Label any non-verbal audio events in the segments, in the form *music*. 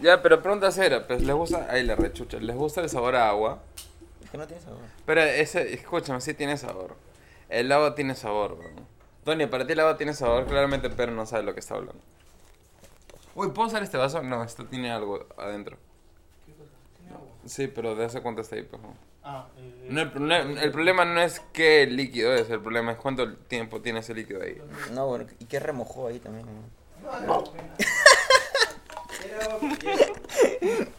Ya, pero pregunta cera, pues les gusta, ahí la rechucha, les gusta el sabor a agua. Es que no tiene sabor. Pero ese, escúchame, sí tiene sabor. El agua tiene sabor, weón. Tony, para ti el agua tiene sabor, claramente pero no sabe lo que está hablando. Uy, ¿puedo usar este vaso? No, esto tiene algo adentro. Sí, pero de hace cuánto está ahí, pues. weón. Ah, eh, No, el, pro- no, el problema no es qué líquido es, el problema es cuánto tiempo tiene ese líquido ahí. No, bueno, y qué remojó ahí también. ¿no?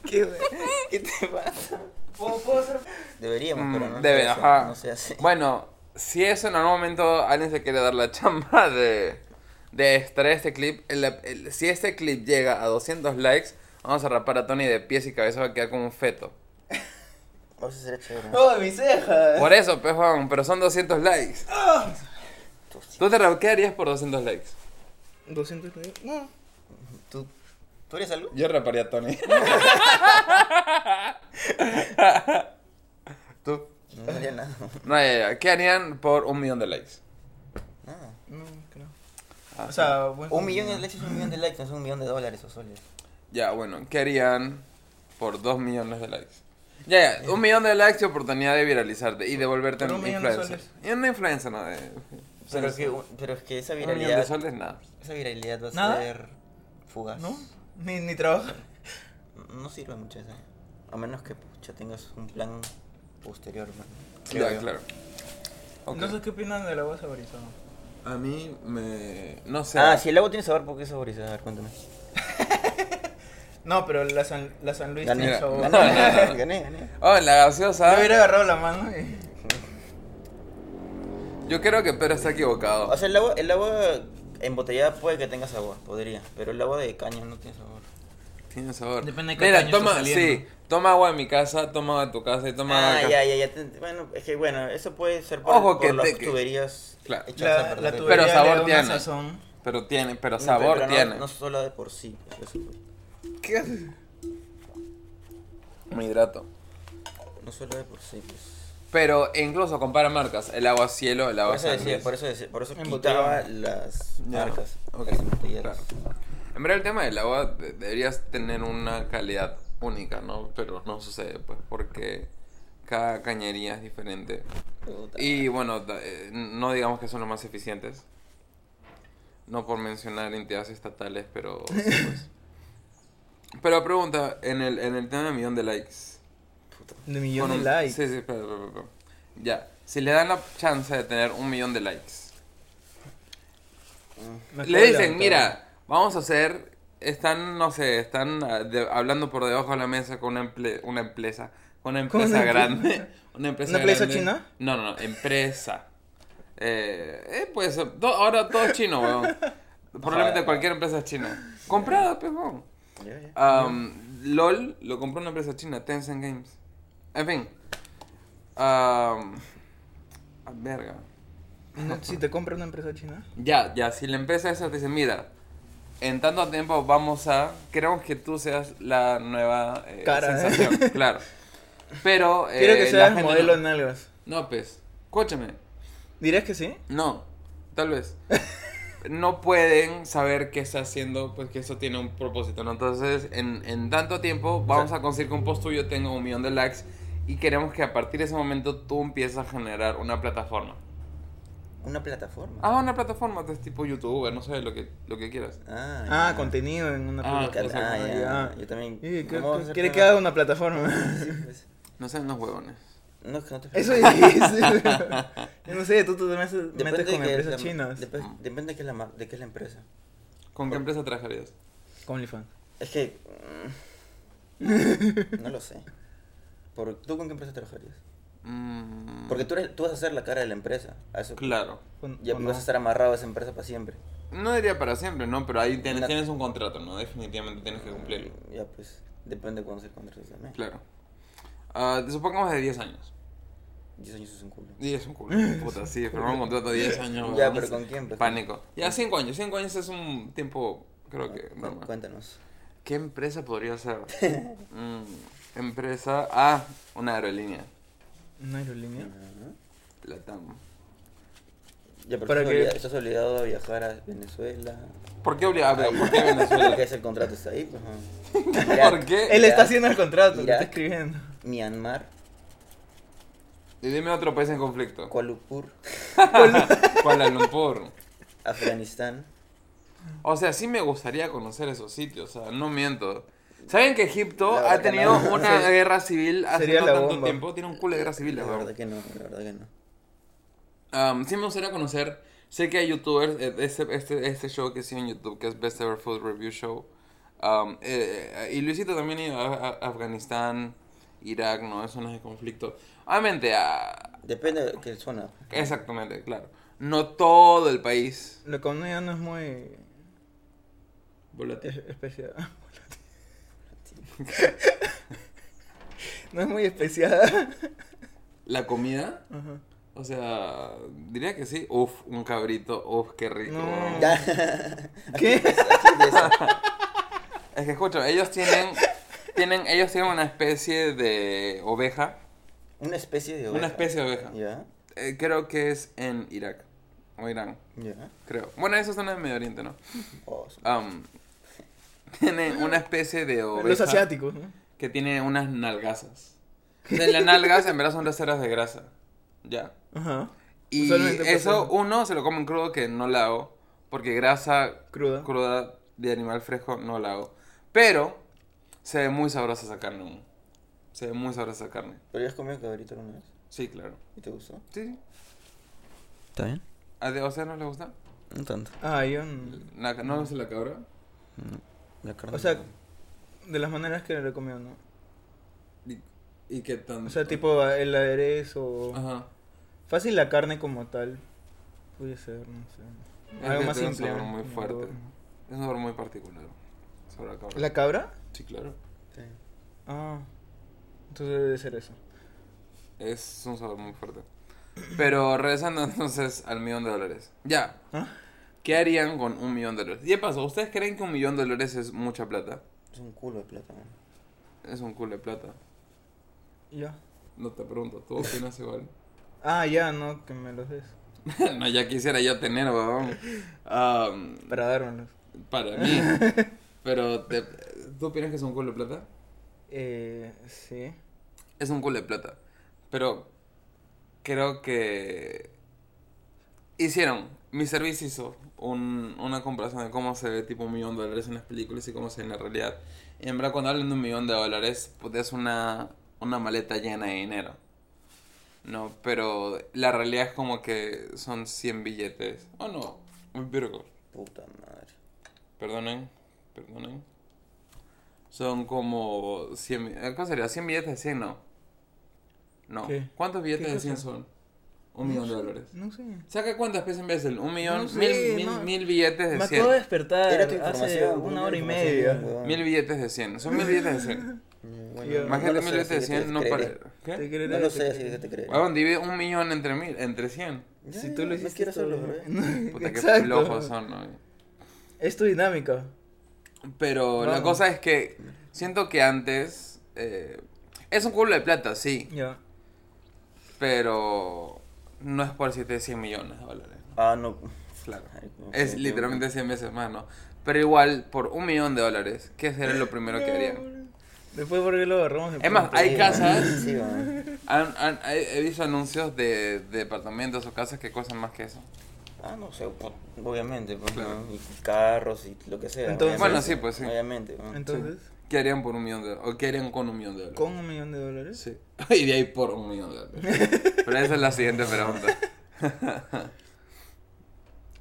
¿Qué, ¿Qué te pasa? ¿Puedo, puedo hacer? Deberíamos, pero no. Mm, debe, se hace, ajá. No se hace. Bueno, si eso en algún momento alguien se quiere dar la chamba *laughs* de, de extraer este clip, el- el- si este clip llega a 200 likes, vamos a rapar a Tony de pies y cabeza, va a quedar como un feto. Vamos a hacer chévere. ¡Oh, mis cejas! Por eso, pues, Juan, pero son 200 likes. Tú, sí. ¿Tú te ra- qué harías por 200 likes? 200 No. ¿Tú, ¿tú eres algo? Yo raparía a Tony. *laughs* ¿Tú? No haría Mm. nada. No, ya, ya. ¿Qué harían por un millón de likes? Nada. No, que no. Ah, O sea, bueno. Un millón de likes es un millón de likes, no es un millón de dólares o soles. Ya, bueno, ¿qué harían por dos millones de likes? Ya, ya, un millón de likes y oportunidad de viralizarte y de volverte Por un un millón de influencer. Y una influencer, ¿no? De, Pero es que, pero es que esa un millón de viralidad, soles, nada. esa viralidad va a ¿Nada? ser fugaz. ¿No? Ni, ni trabaja. No sirve mucho esa. A menos que pucha, tengas un plan posterior, man. Creo Ya, yo. claro. Ok. Entonces, ¿qué opinan del agua saborizada? A mí me... No sé. Ah, si el agua tiene sabor, ¿por qué saborizada? A ver, cuéntame. No, pero la San, la San Luis Gané, tiene Mira. sabor. gané, No, no, no. *laughs* gané, gané, gané. Oh, la gaseosa. *laughs* Yo hubiera agarrado la mano y... Yo creo que Pedro está equivocado. O sea, el agua, el agua embotellada puede que tenga sabor, podría. Pero el agua de caña no tiene sabor. Tiene sabor. Depende de qué Mira, paño toma, estés saliendo. sí, toma agua en mi casa, toma agua en tu casa y toma agua Ah, acá. ya, ya, ya. te- Bueno, es que bueno, eso puede ser por, Ojo que por las te- que- tuberías Claro. hechas a La, perder. la No, tubería le sabor da una tiene. sazón. Pero tiene, pero pero sabor no- tiene. No solo de por sí. pues, eso- ¿Qué? Me hidrato. No solo de por sí. Pues. Pero incluso compara marcas, el agua cielo, el Por agua eso San decía, Luis. por eso decía, por eso quitaba Embotellado. las Ya, marcas. ok, las embotelladas. claro. En verdad el tema del agua de- deberías tener una calidad única, ¿no? Pero no sucede, pues, porque cada cañería es diferente. Puta. Y bueno, da- eh, no digamos que son los más eficientes. No por mencionar entidades estatales, pero. *laughs* sí, pues. Pero pregunta, en el, en el tema del millón de likes. De millón Bueno, de likes. Sí, sí, espera, espera, espera. Ya. Si le dan la chance de tener un millón de likes. Me le puedo dicen, levantar. mira, vamos a hacer. Están, no sé, están ah, de- hablando por debajo de la mesa con una, emple- una empresa. Una ¿Con empresa una grande. *laughs* Una empresa ¿Una empresa grande. china? No, no, no, empresa. Eh, eh, pues to- ahora todo es chino, weón. Probablemente Ojalá. cualquier empresa es china. Comprada, pues, weón. Ya, ya. Um, LOL lo compró una empresa china, Tencent Games. En fin. Um, a verga. No, Si te compra una empresa china. Ya, ya, si la empresa esa te dice, mira, en tanto tiempo vamos a... Queremos que tú seas la nueva eh, Cara, ¿eh? sensación, *laughs* claro. Pero... eh, Quiero que la seas gente modelo en No, algas. no, pues, escúchame. ¿Dirías que sí? No, tal vez. *laughs* No pueden saber qué está haciendo, pues que eso tiene un propósito, ¿no? Entonces, en, en tanto tiempo, vamos a conseguir que un post tuyo tenga un millón de likes y queremos que a partir de ese momento tú empieces a generar una plataforma. Una plataforma. Ah, una plataforma, es tipo YouTube, no sé, lo que, lo que quieras. Ah, Ah, ya. contenido en una Ah, Cat- plataforma. Ah, ya. ya. Yo también. Y No que- vamos a hacer quiere que nada. haga una plataforma. *laughs* Sí, pues. No sean los huevones. No, es que no te *laughs* Eso es difícil. Yo no sé, tú, tú te metes, Depende metes de con que empresas la- chinas. depe- Depende de qué es la ma- de qué es la empresa. ¿Con qué empresa trabajarías? Con OnlyFans. Es que. mm, no lo sé. Por, ¿Tú con qué empresa trabajarías? Mm, Porque tú, eres, tú vas a ser la cara de la empresa. A eso, pues, Claro. Con- Ya con- vas a estar amarrado a esa empresa para siempre. No diría para siempre, ¿no? Pero ahí tienes, Una- tienes un contrato, ¿no? Definitivamente tienes que cumplirlo. Ya pues, depende de cuándo se contrato también. Claro. Ah, supongamos de 10 años. 10 años es un culo. 10 es un culo. *laughs* Puta, sí, firmar un contrato de *laughs* 10 años. Ya, weón, pero es ¿con quién? Ah, Pues? Pánico. Ya, 5 años. 5 años es un tiempo, creo que Cu- normal. Cuéntanos. ¿Qué empresa podría *laughs* ser? Mm, empresa. Ah, una aerolínea. ¿Una aerolínea? Ajá. La TAM. Ya, pero Para estás, que- obligado, estás obligado a viajar a Venezuela. ¿Por qué obligado? Ah, pero *laughs* ¿Por qué Porque Venezuela? es el contrato está ahí, pues. ¿no? *laughs* Irak, ¿Por qué? Él está haciendo el contrato, lo Irak. está escribiendo. Myanmar, Y dime otro país en conflicto. Kuala Lumpur, *laughs* Kuala Lumpur. Afganistán. O sea, sí me gustaría conocer esos sitios, o sea, no miento. ¿Saben que Egipto La verdad ha que tenido no. *laughs* una guerra civil hace Sería no la tanto bomba. tiempo? Tiene un culo de guerra civil, La la verdad. verdad que no, la verdad que no. Am, sí me gustaría conocer, sé que hay youtubers, eh, este, este, este show que sí en YouTube, que es Best Ever Food Review Show, am, eh, eh, y Luisito también ha ido a, a- Afganistán, Irak, ¿no? Es zonas de conflicto. Obviamente, ah, Depende de qué zona. pues. exactamente, claro. No todo el país. La economía no es muy Volátil. es- especial. *laughs* no es muy especial. La comida, Ajá. o sea, diría que sí. Uf, un cabrito, uf, qué rico. No. *laughs* Ya. ¿Qué? Es que escucha, ellos tienen, tienen, ellos tienen una especie de oveja, Una especie de oveja. una especie de oveja. Ya, Eh, creo que es en Irak. O Irán, ya. creo. Bueno, eso zona en Medio Oriente, ¿no? Oh, su- Am, tiene una especie de oveja Los asiáticos, ¿no? que tiene unas nalgazas. O sea, las nalgas en verdad son reservas de grasa. Ya. Ajá. Y Usualmente, pues, eso, es- uno, se lo comen crudo que no la hago. Porque grasa Cruda. cruda de animal fresco no la hago. Pero se ve muy sabrosa esa carne. ¿no? Se ve muy sabrosa esa carne. ¿Pero ya has comido cabrito alguna vez? Sí, claro. ¿Y te gustó? Sí, sí. ¿Está bien? ¿A de- a ustedes no les gusta? No tanto. Ah, yo. n- La- ¿No les gusta la cabra? La carne. O sea, de las maneras que le recomiendo. ¿Y, y qué tan? O sea, tipo el aderezo. Ajá. Fácil la carne como tal. Puede ser, no sé. Es Algo que más tiene un simple. sabor ¿no? muy Como fuerte. todo. Es un sabor muy particular. Sobre la cabra. ¿La cabra? Sí, claro. Sí. Ah. Entonces debe ser eso. Es un sabor muy fuerte. Pero regresando entonces al millón de dólares. Ya. ¿Ah? ¿Qué harían con un millón de dólares? Y de paso, ¿ustedes creen que un millón de dólares es mucha plata? Es un culo de plátano. Es un culo de plata. Ya. No te pregunto, ¿tú opinas igual? *laughs* Ah, ya, no, que me los des. no, ya quisiera yo tener, weón. Am, Para dármelos. para mí. Pero, te- ¿tú opinas que es un culo de plata? Eh, sí. Es un culo de plata. Pero creo que hicieron, mi servicio hizo un- una comparación de cómo se ve tipo un millón de dólares en las películas y cómo se ve en la realidad. Y en verdad cuando hablan de un millón de dólares, pues es una, una maleta llena de dinero. No, pero la realidad es como que son 100 billetes. Oh no, muy beautiful. Puta madre. Perdonen, perdonen. Son como 100... bi- ¿Cómo sería? ¿100 billetes de 100? No. No. ¿Qué? ¿Cuántos billetes ¿Qué de 100 cosa? son? Un millón de dólares. No sé. ¿Saca cuántas pesos en vez del? Un millón, No sé, mil, mil, no. mil billetes de Me 100. acabo de despertar Era tu hace información. una hora y media. medio Mil billetes de 100. Son mil billetes de *laughs* 100. Ya. Imagínate mil billetes de 100, no para... Te ¿Qué? creeré, No lo te sé, así creeré. que te creeré. Huevón, divide un millón entre mil, entre 100. Ya, Si ya, tú lo no hiciste. quiero hacerlo, todo- *laughs* bro. Puta, qué ¿eh? *laughs* Exacto. flojos son, ¿no? Es tu dinámica. Pero la Vamos. cosa es que siento que antes... eh, es un culo de plata, sí. Ya. pero no es por si te 100 millones de dólares. ¿no? Ah, no. Claro. Ay, no, Es no, no. literalmente 100 veces más, ¿no? Pero igual, por un millón de dólares, ¿qué sería lo primero que harían? Después porque lo agarramos de Es más, pronto. hay Sí, casas- man. Sí, man. Han- han- he he visto anuncios de, de departamentos o casas que cuestan más que eso. Ah, no sé, pues, obviamente, pues, Claro. ¿no? y carros y lo que sea. Entonces- Bueno, obviamente. sí, pues, sí. Obviamente. man. Entonces, ¿Qué harían por un millón de dólares? ¿O qué harían con un millón de dólares? con un millón de dólares. Sí. *laughs* Y de ahí por un millón de *laughs* dólares. Pero esa es la siguiente pregunta.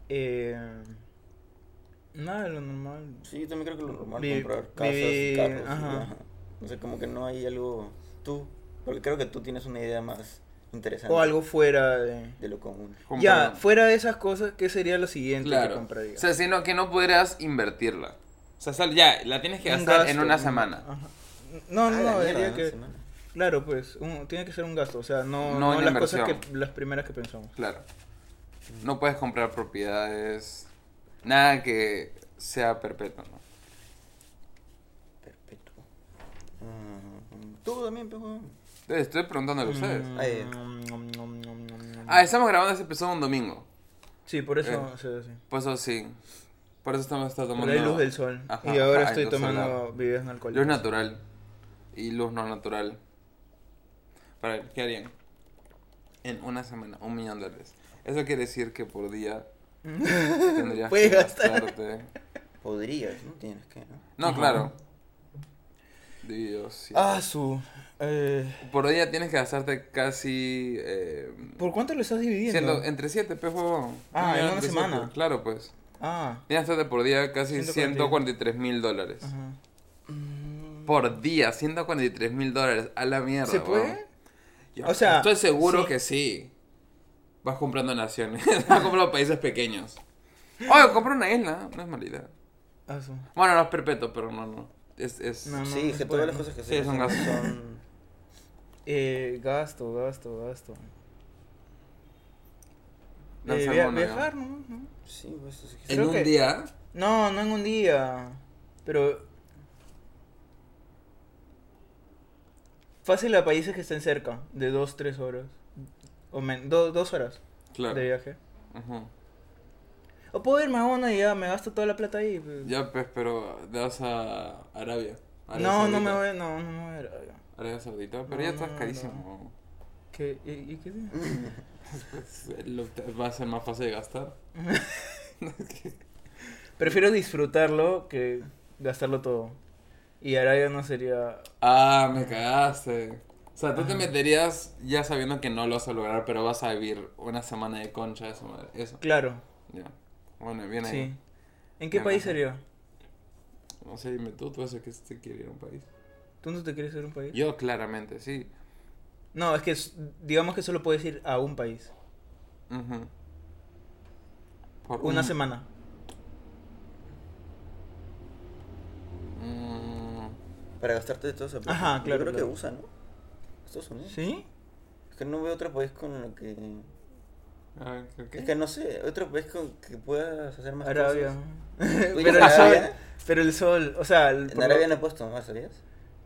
Eh, nada de lo normal. Sí, yo también creo que lo normal Vi- es comprar casas y vi- carros. y- ajá. ajá. O sea, como que no hay algo. Tú, porque creo que tú tienes una idea más interesante O algo fuera de. de lo común. Ya, Comprar- fuera de esas cosas, ¿qué sería lo siguiente que Claro. compraría? O sea, sino que no podrías invertirla. O sea, sal- ya, la tienes que Un gastar en gasto, una un- semana. ajá. No, no, Ah, la no, mierda, diría ¿no? que. Semana. Claro, pues, un- tiene que ser un gasto, o sea, no, No no, una las cosas que inversión. las primeras que pensamos. Claro. No puedes comprar propiedades. Nada que sea perpetuo, ¿no? Perpetuo. Ah, tú también, pues, weón. Te Estoy preguntando a ustedes. Mm, Ahí. nom, nom, nom, nom, nom. Ah, estamos grabando este episodio un domingo. Sí, por eso Eh. se ve así. Por eso sí. Por eso estamos está Por tomando. la luz del sol. Ajá, y ahora ajá, estoy luz solar. tomando bebidas no Luz alcohólicas. natural. Y luz no natural. Para ver, ¿qué harían? En una semana, un millón de dólares. Eso quiere decir que por *laughs* día tendrías Puedes que gastar. gastarte. Podrías, no tienes que, ¿no? No, claro. Dios. sí. Ah, su. eh, Por día tienes que gastarte casi. Eh, ¿Por cuánto lo estás dividiendo? siendo- entre 7, pues, huevón. Ah, Un en millón una entre semana. siete, Claro, pues. Ah, Tienes que gastarte por día casi 143 mil dólares. ajá. Por día, 143 mil dólares. A la mierda. ¿Se huevón. puede? Yo O sea, estoy seguro sí. que sí. Vas comprando naciones, *laughs* vas comprando países pequeños. Oye, compra una isla, no es mala idea. Ah, su. Bueno, no es perpetuo, pero no, no. Es, es... No, no. sí, se que puede. todas las cosas que Sí, se son gastos. son Eh, gasto, gasto, gasto. No Eh, sé, via- mono, ya. viajar, ¿no? ¿no? Sí, pues es que En creo un que- día, No, no en un día. Pero. Fácil a países que estén cerca, de dos, tres horas. O menos, dos horas claro. de viaje. Ujú. O puedo irme a una y ya me gasto toda la plata ahí. pues. Ya, pues, pero te vas a Arabia. Arabia no, Saudita. no me voy, no, no me voy a Arabia. Arabia Saudita, pero No, ya no, estás no. carísimo. ¿Qué, y, y qué tiene? *laughs* Pues, eh, lo- te- va a ser más fácil de gastar. Prefiero disfrutarlo que gastarlo todo. Y Arabia no sería. Ah, me cagaste. O sea, tú te meterías ya sabiendo que no lo vas a lograr, pero vas a vivir una semana de concha de su madre. Eso. Claro, Ya. Bueno, viene sí. ¿En qué Ya, país ajá. sería? No sé, dime tú, tú eso que te quiere ir a un país. ¿Tú no te quieres ir a un país? Yo, claramente, sí. No, es que s- digamos que solo puedes ir a un país. Ujú. Por Una un- semana. Mm, para gastarte de todo ese plata. Ajá, claro, Yo creo claro. que USA, ¿no? Estados Unidos. ¿Sí? Es que no veo otro país con lo que a ver, ¿qué- qué? Es que no sé, otro país con que puedas hacer más Arabia. *laughs* cosas. ¿Tú pero ibas el a sol. Arabia? Pero el sol. O sea, el- En por Arabia lo- no he puesto más, ¿sabías?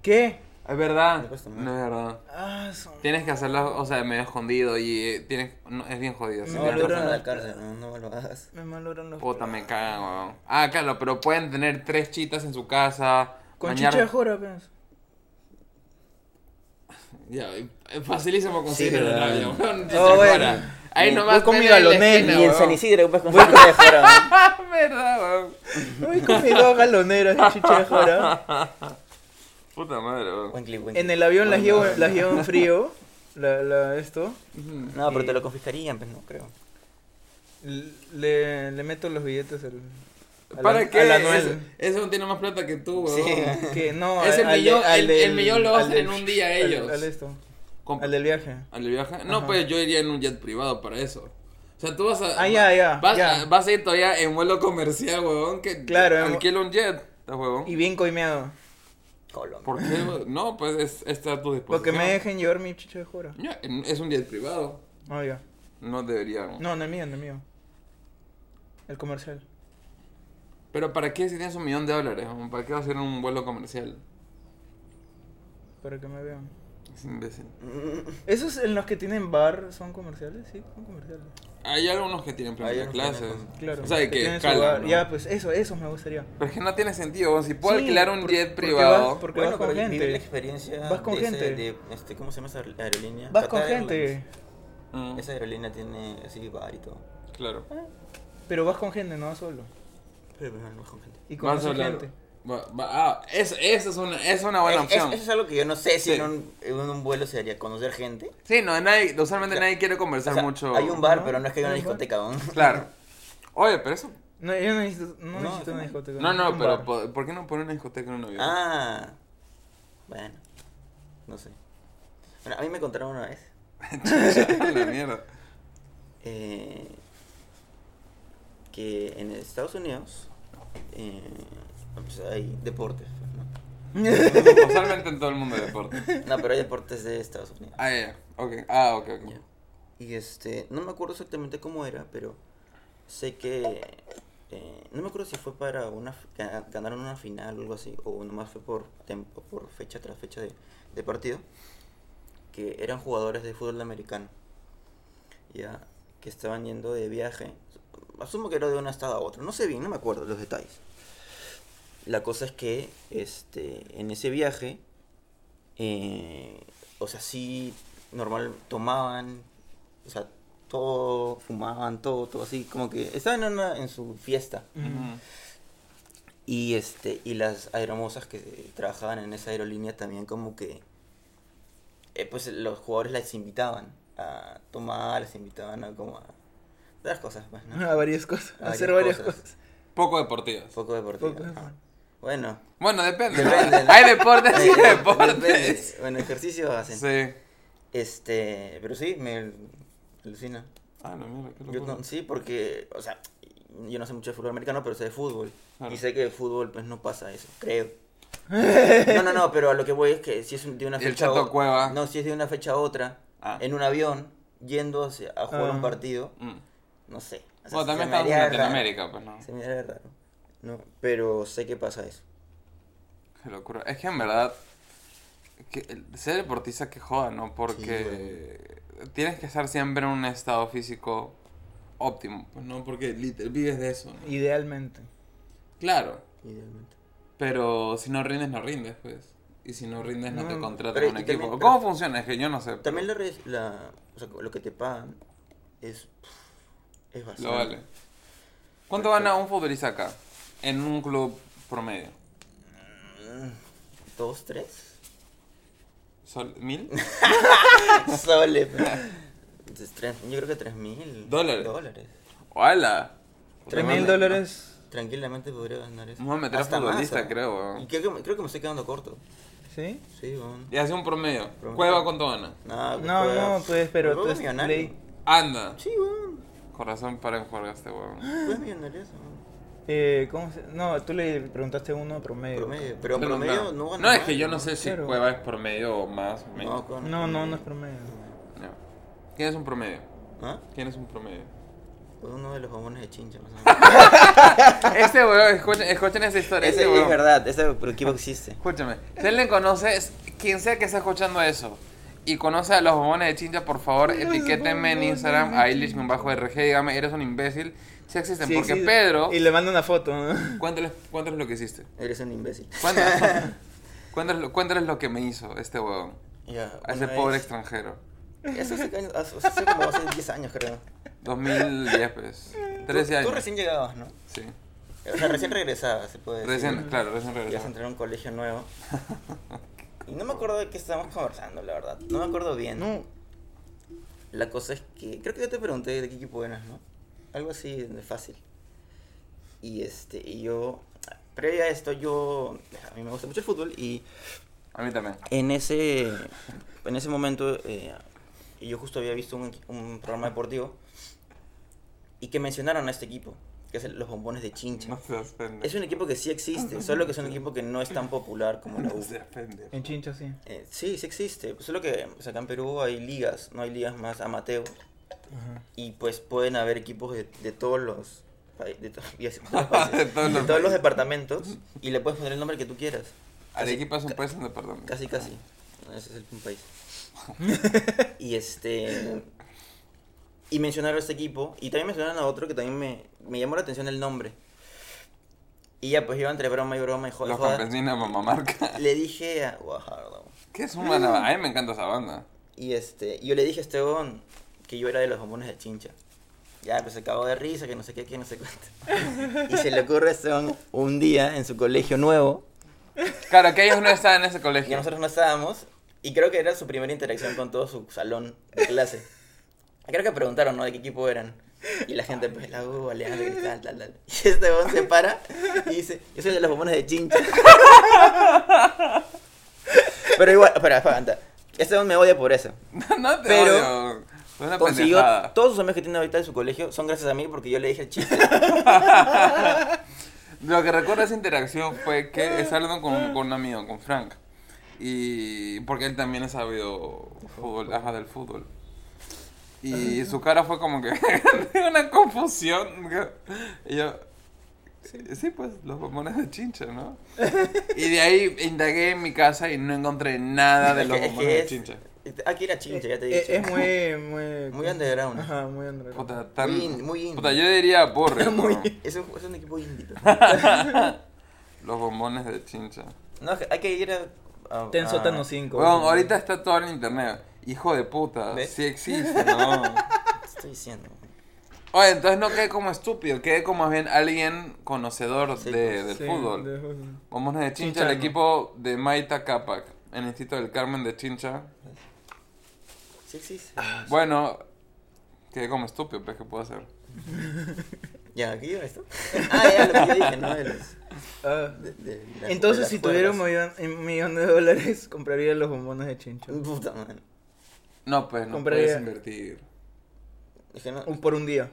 ¿Qué? Es Me verdad. cuesta más. No es verdad. Ah, su- Tienes que hacerlo, o sea, medio escondido y eh, tienes, no, es bien jodido. sí, No, No, tienes no, boludo, razón. no, no. la cárcel, no, no me lo hagas. Me malogran los. Puta, me cagan, weón. Ah, claro, pero pueden tener tres chitas en su casa. Con bañar- chicha de jora, apenas. Ya, es facilísimo conseguir Sí, el verdad. horario, weón. chicha No, Oh, bueno. jora. Ahí Voy nomás. con mi venden en la galonera esquina, Y en weón. San Isidro puedes conseguir de fuera. *laughs* Ah, verdad, weón. Uy, con mis dos galoneras de chicha de jora. Puta madre, weón. Buen clip, buen En clip. el avión las Bueno, llevo, las llevo en frío. La, la, esto. Ujú. No, pero te lo confiscarían, pues no creo. L- Le, le meto los billetes al. al- ¿Para qué? Al Ese, anual. ese no tiene más plata que tú, weón. Sí. Que no, Ese al- al millón- de- al el- el del- millón lo hacen al del- en un día al- ellos. Al esto. Comp- Al del viaje. ¿Al viaje? No, Ajá. pues yo iría en un jet privado para eso. O sea, tú vas a. Ah, ya, ya, Vas, ya. vas a ir todavía en vuelo comercial, huevón. Que Claro, en- Alquila un jet, ¿estás huevón? Y bien coimeado. Colombia. ¿Por qué? huevón? No, pues es, está a tu disposición. Lo que me dejen llevar mi chicha de jora. Ya, en- es un jet privado. Ah, ya. No deberían. No, no es mío, no es mío. El comercial. Pero ¿para qué si tienes un millón de dólares? huevón? ¿Para qué vas a ir en un vuelo comercial? Para que me vean. Es imbécil. Mm. ¿Esos en los que tienen bar son comerciales? Sí, son comerciales. Hay algunos que tienen Hay primera algunos que clases. tienen- Claro. O sea, que tienen su calan, bar. ¿no? Ya, pues eso, eso me gustaría. Pero es que no tiene sentido, huevón. Si puedo Sí, alquilar un por- jet porque privado. vas- porque Bueno, vas con pero vivir la gente. experiencia Vas con de ese- gente. de, este, ¿Cómo se llama esa aerolínea? Vas con Qatar gente. Airlines. Mm, Esa aerolínea tiene así bar y todo. Claro. Pero vas con gente, no vas solo. Pero pues, primero no vas con gente. Y Vas a conoces hablar- gente. Va- va- ah, es- esa es una, es una buena Es- Eh, es- opción. eso es algo que yo no sé si Sí. en, un, en un vuelo se haría conocer gente. Sí, no, nadie, usualmente Claro. nadie quiere conversar O sea, mucho. Hay un bar, Ajá. pero no es que haya una Hay un bar. discoteca. ¿no? Claro. Oye, pero eso. No, yo no necesito, no No, necesito está una bien. discoteca. No, no, necesito un pero bar. po- ¿por qué no poner una discoteca en un avión? *laughs* Ah, bueno, no sé. Bueno, a mí me contaron una vez la mierda. eh, que en Estados Unidos eh, pues, hay deportes. ¿no? pues- *laughs* Usualmente en todo el mundo de deporte. no, pero hay deportes de Estados Unidos. Ah, ya, ya. ok. Ah, ok, ok. Ya. Y este, no me acuerdo exactamente cómo era, pero sé que. eh, no me acuerdo si fue para una. f- ga- Ganaron una final o algo así, o nomás fue por, tem- o por fecha tras fecha de, de partido. Que eran jugadores de fútbol americano. Ya, que estaban yendo de viaje. Asumo que era de una estado a otra. No sé bien, no me acuerdo los detalles. La cosa es que este, en ese viaje, eh, o sea, sí, normal, tomaban, o sea, todo, fumaban, todo, todo así, como que estaban en, una- en su fiesta. Ujú. Y este y las aeromosas que trabajaban en esa aerolínea también como que eh, pues los jugadores las invitaban a tomar, las invitaban a como a las cosas, pues, *laughs* ¿no? A *laughs* varias cosas. Varias hacer varias cosas. cosas. Poco deportivas. Poco deportivo. Poco ajá. deportivo. Bueno, Bueno, depende. Depende, ¿no? Hay deportes *laughs* y eh, deportes. depende. Bueno, ejercicio hacen. Sí. Este, pero sí me alucina. Ah, no, mira, qué Yo locura. con- sí, porque, o sea, yo no sé mucho de fútbol americano, pero sé de fútbol. Claro. Y sé que de fútbol pues no pasa eso, *laughs* creo. No, no, no, pero a lo que voy es que si es un- de una Y el fecha a Chato otra- Cueva. No, si es de una fecha a otra, Ah. en un avión, yendo hacia- a jugar un Ah. partido, Mm. no sé. O sea, Bueno, también se me estamos en haría raro, Latinoamérica, pues no. Se me haría raro. No, pero sé que pasa eso. Qué locura. Es que en verdad, que el- ser deportista que joda, ¿no? Porque tienes que estar siempre en un estado físico óptimo, pues no, porque literal, vives de eso. ¿no? Idealmente. Claro, Idealmente. pero si no rindes, no rindes, pues. Y si no rindes, no, te No, contratan pero un y equipo. también- ¿Cómo pero- funciona? Es que yo no sé. También la, res- la- o sea, lo que te pagan es, es bastante. Lo vale. ¿Cuánto gana un futbolista acá? En un club promedio. ¿Dos, tres? ¿Sol- ¿Mil? *laughs* Soles. Entonces, tres- yo creo que tres mil Dólares. ¡Hola! Tres Tremendo. mil dólares. Tranquilamente podría ganar eso. Vamos a meter a Hasta futbolista, más, ¿ah? creo, weón. Y creo que, me- creo que me estoy quedando corto. ¿Sí? Sí, weón. Y hace un promedio. Promedio. Cueva, ¿cuánto gana? No, No, no, pues, pero tú es eres millonario. ley. Anda. Sí, weón. Corazón para enjuagar este huevón. Tú eres millonario eso, weón. Eh, ¿cómo se- No, tú le preguntaste uno promedio. Promedio. Pero Claro, promedio claro. no gana. No, es mal, que yo no weón. sé si Claro. Cueva es promedio o más o menos. No, con- No, no, no es promedio. No. ¿Quién es un promedio? ¿Ah? ¿Quién es un *laughs* promedio? Pues uno de los bombones de chincha, más *laughs* o menos. este huevón, escuchen, escuchen esa historia. Ese este huevón. es verdad, ese equipo existe. Escúchame. Si alguien conoce, es- quien sea que esté escuchando eso y conoce a los bombones de chincha, por favor, Los etiquétenme en bombones Instagram de a Ilish-RG. Dígame, eres un imbécil. Si existen, Sí, porque sí, Pedro. Y le manda una foto. ¿no? *laughs* Cuéntales, cuéntales lo que hiciste. Eres un imbécil. Cuéntales, *laughs* cuéntales, lo- cuéntales lo que me hizo este huevón. *laughs* Ya, A ese una pobre vez- extranjero. Eso hace, años- hace- hace como hace 10 años, creo. 2010, pues. 13 *laughs* Tú- años. Tú recién llegabas, ¿no? Sí. O sea, recién regresabas, se puede decir. Recién, claro, recién Ibas a regresado. entrar a un colegio nuevo. Y no me acuerdo de qué estábamos conversando, la verdad. No me acuerdo bien. No, La cosa es que. Creo que yo te pregunté de qué equipo eras, ¿no? Algo así de fácil. Y este, y yo. Previo a esto, yo. A mí me gusta mucho el fútbol y A mí también. en ese en ese momento eh, yo justo había visto un, un programa deportivo y que mencionaron a este equipo que es el- los bombones de chincha No seas es pendejo. un equipo que sí existe solo que es un equipo que no es tan popular como la *laughs* No U seas pendejo. en chincha sí. Eh, sí sí existe solo que o sea, acá en Perú hay ligas no hay ligas más amateur Ajá. y pues pueden haber equipos de, de todos los pa- de, to- *laughs* iba a decir *laughs* todos los países, De todos los de todos los países. departamentos y le puedes poner el nombre que tú quieras Arequipa es un país en departamento. Casi, casi. Ese es el un *laughs* país. y este. Y mencionaron a este equipo. Y también mencionaron a otro que también me, me llamó la atención el nombre. Y ya, pues yo entre broma y broma y joda, Los joda, campesinos de Mamamarca. *laughs* Le dije a Guajardo. ¿Qué es *laughs* una banda? A mí me encanta esa banda. Y este. Yo le dije a Esteban que yo era de los bombones de chincha. Ya, pues se cagó de risa, que no sé qué, que no sé cuánto. *laughs* y se le ocurre a Esteban un día en su colegio nuevo. Claro, que ellos no estaban en ese que colegio. nosotros no estábamos y creo que era su primera interacción con todo su salón de clase. Creo que preguntaron, ¿no? De qué equipo eran. Y la gente, pues, la U, Alianza, Cristal, tal, tal. Y este bon se para y dice, yo soy de los bombones de chincha. Pero igual, espera, espera, aguanta. Este bon me odia por eso. *laughs* No te Pero odio. Fue una Consiguió, pendejada. todos sus amigos que tiene ahorita en su colegio son gracias a mí porque yo le dije el chiste. Lo que recuerdo de esa interacción fue que estaba hablando con, con un amigo, con Frank. Y porque él también ha sabido fútbol, ajá, del fútbol. Y su cara fue como que *laughs* una confusión. Y yo, sí, sí, pues los bombones de chincha, ¿no? Y de ahí indagué en mi casa y no encontré nada de Es los que- es bombones que de es- chincha. Aquí era chincha, ya te Eh, dije. Es muy, muy... *laughs* Muy underground. Ajá, muy underground. Puta, tan... Muy in- muy in. Puta, yo diría *laughs* Borre. Muy ¿no? Es un, es un equipo indie. pero- *laughs* Los bombones de chincha. No, hay que ir a. a- Ten a- sótano 5. Ah. Weón, ahorita está todo en internet. Hijo de puta, ¿Ves? sí existe, ¿no? te estoy diciendo. Oye, entonces no quede como estúpido, quede como más bien alguien conocedor Sí, pues, de, del fútbol. Vamos de Chincha, el Chinchano. equipo de Maita Capac, en el Instituto del Carmen de Chincha. Sí, sí, sí. Bueno, quedé como estúpido, pero ¿qué puedo hacer? Ya, aquí iba esto. *laughs* Ah, ya lo que yo dije, ¿no? De los- Ah. de- de- de las- de Ah. Entonces, las si tuviera un cuerdas. millón, un millón de dólares, *laughs* compraría los bombones de chincho. Puta, man. No, pues no Compraría- puedes invertir. *laughs* Es que no. Un- Por un día.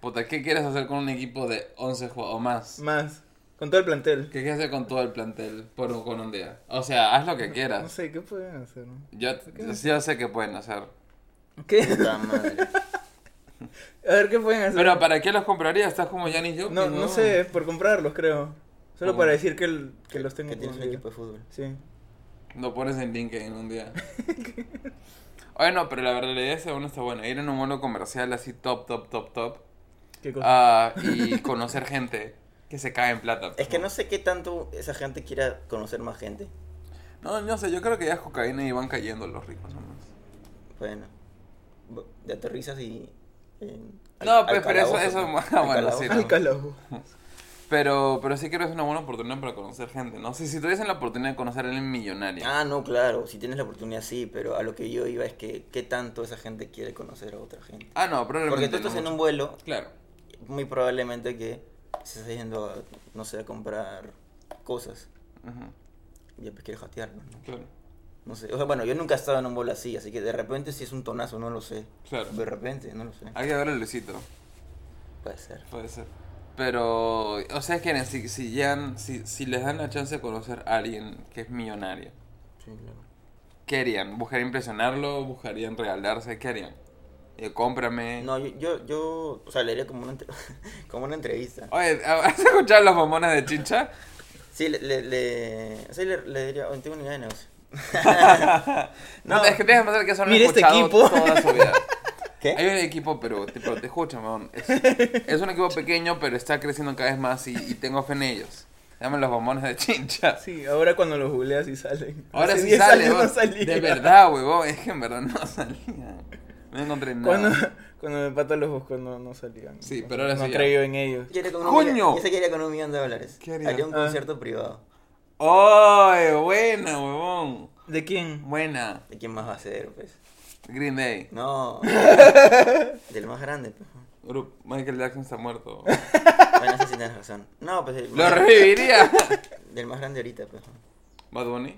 Puta, ¿qué quieres hacer con un equipo de 11 jugadores o más? Más. Con todo el plantel. ¿Qué quieres hacer con todo el plantel por un- con un día? O sea, haz lo que No quieras. sé, ¿qué pueden *laughs* hacer? no? Yo, yo sé que pueden hacer. ¿Qué? *laughs* Puta madre. A ver, ¿qué pueden hacer? Pero ¿para qué los compraría? Estás como Janis Joplin, no, no sé, por comprarlos, creo. Solo ¿Cómo? para decir que, el- que los tengo Que por tienes un un día. equipo de fútbol. Sí. Ah, Lo pones en LinkedIn un día. *laughs* Oye, no, pero la verdad ese uno está bueno. Ir en un vuelo comercial así top, top, top, top. ¿Qué Pues *laughs* cosa? Ah, y conocer gente que se cae en plata. Es que no sé qué tanto esa gente quiera conocer más gente. No, no sé, yo creo que ya es cocaína y van cayendo los ricos nomás. Bueno, bu- te aterrizas y. en- al- No, al pues, pero eso- calabozo, eso- ¿no? ah, Al bueno, calabozo. sí, no. Al calabozo. Pero, pero sí creo que es una buena oportunidad para conocer gente, ¿no? Si, si tuviesen la oportunidad de conocer a alguien millonario. Ah, no, claro, si tienes la oportunidad sí, pero a lo que yo iba es que qué tanto esa gente quiere conocer a otra gente. Ah, no, probablemente Porque tú estás no en un mucho. vuelo, Claro. muy probablemente que se estás yendo a, no sé, a comprar cosas. Ujú, Y pues quieres jatearlo, ¿no? claro. No sé, o sea, bueno, yo nunca he estado en un vuelo así, así que de repente si es un tonazo, no lo sé. Claro. De repente, no lo sé. Hay que ver a Luisito. Puede ser. Puede ser. Pero, o sea, es que si, si llegan, si, si les dan la chance de conocer a alguien que es millonario, Sí, claro. ¿qué harían? ¿Buscarían impresionarlo? ¿Buscarían regalarse? ¿Qué harían? Eh, cómprame. No, yo, yo, yo, o sea, le haría como una, entre- *laughs* como una entrevista. Oye, *laughs* ¿has escuchado los bombones de *laughs* chincha? Sí, le, le, le, o sea, le, le diría, "Oye, tengo una idea de negocio. *laughs* No, No. es que tienes que pensar que eso no lo he Mira este escuchado equipo. toda su *laughs* vida. ¿Qué? Hay un equipo, pero te, pero te escucho, mamón. Es, es un equipo pequeño, pero está creciendo cada vez más y, y tengo fe en ellos. Dame los bombones de chincha. Sí, ahora cuando los googleas y salen. Ah. Ahora Hace sí 10 sale, años no weón. salía. De verdad, huevón. Es que en verdad no salía. No encontré *laughs* Cuando, nada. cuando mi pata los buscó no, no salían. Sí, Entonces, pero ahora no sí ya. creyó en ellos. Yo iría con un ¡Coño! millón- Yo sé que iría con un millón de dólares. ¿Qué haría? Haría un Ah. concierto privado. ¡Ay, buena, huevón! ¿De quién? Buena. ¿De quién más va a ser, pues? Green Day. *laughs* No. Del más grande, pues. Gru- Michael Jackson está muerto. Bueno, eso sí tienes razón. No, pues *laughs* del, ¡Lo más, reviviría! del más grande ahorita, pues. ¿Bad Bunny?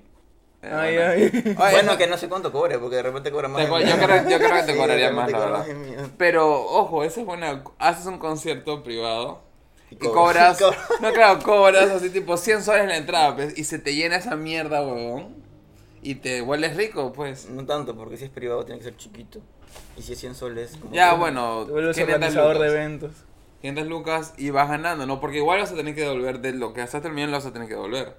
Eh, Ay, bueno. *laughs* ay. Oye, bueno, no- que no sé cuánto cobre, porque de repente cobra más. Te de co- mí. yo creo- yo creo que te Sí, cobraría de más, repente la cobra verdad. de mí. Pero, ojo, esa es buena. Haces un concierto privado. Y cobra- *laughs* cobras, no claro, cobras así tipo 100 soles la entrada, pues, y se te llena esa mierda, huevón, y te vuelves rico, pues. No tanto, porque si es privado tiene que ser chiquito. Y si es 100 soles. como Ya, que- bueno, Te vuelves 500 organizador de lucas, eventos. 500 lucas y vas ganando, ¿no? Porque igual vas a tener que devolver de lo que gastaste el millón, lo vas a tener que devolver.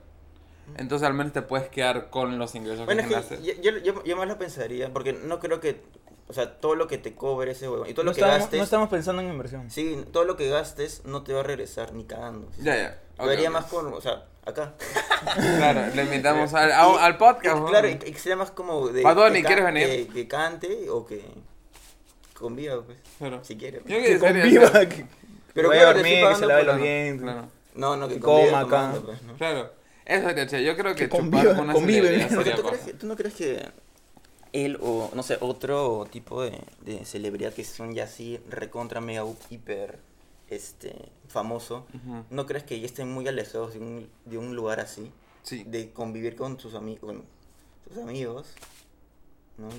Entonces al menos te puedes quedar con los ingresos Bueno, que es ganaste. que yo, yo, yo, yo más lo pensaría, porque no creo que. O sea, todo lo que te cobre ese huevón. Y todo No lo que estamos, gastes. no estamos pensando en inversión. Sí, todo lo que gastes no te va a regresar ni cagando. Ya, ya. Lo ok, haría ok. más con. O sea, acá. Claro, le invitamos al, Y- a- al podcast, y- ¿no? Claro, y que sea más como de. Bad Bunny, que ¿quieres can- venir? Que, que cante o que. Conviva, pues. Claro. Si quiere. Yo pues. que Que sería- conviva, que, Pero que vaya claro, a te dormir, estoy que se pagando lave por- los dientes. Claro, No, no, que Que conviva coma acá. tomando, pues, ¿no? claro. Eso sería chévere. Yo creo que, Que chupar conviva- con una convive, celebridad ¿no? Porque sería tú, crees paja. que- tú no crees que él o, no sé, otro tipo de, de celebridad que son ya así recontra, mega, up- hiper, este, famoso, Ujú. ¿no crees que ya estén muy alejados de un, de un lugar así? Sí. De convivir con sus amigos, con sus amigos, ¿no?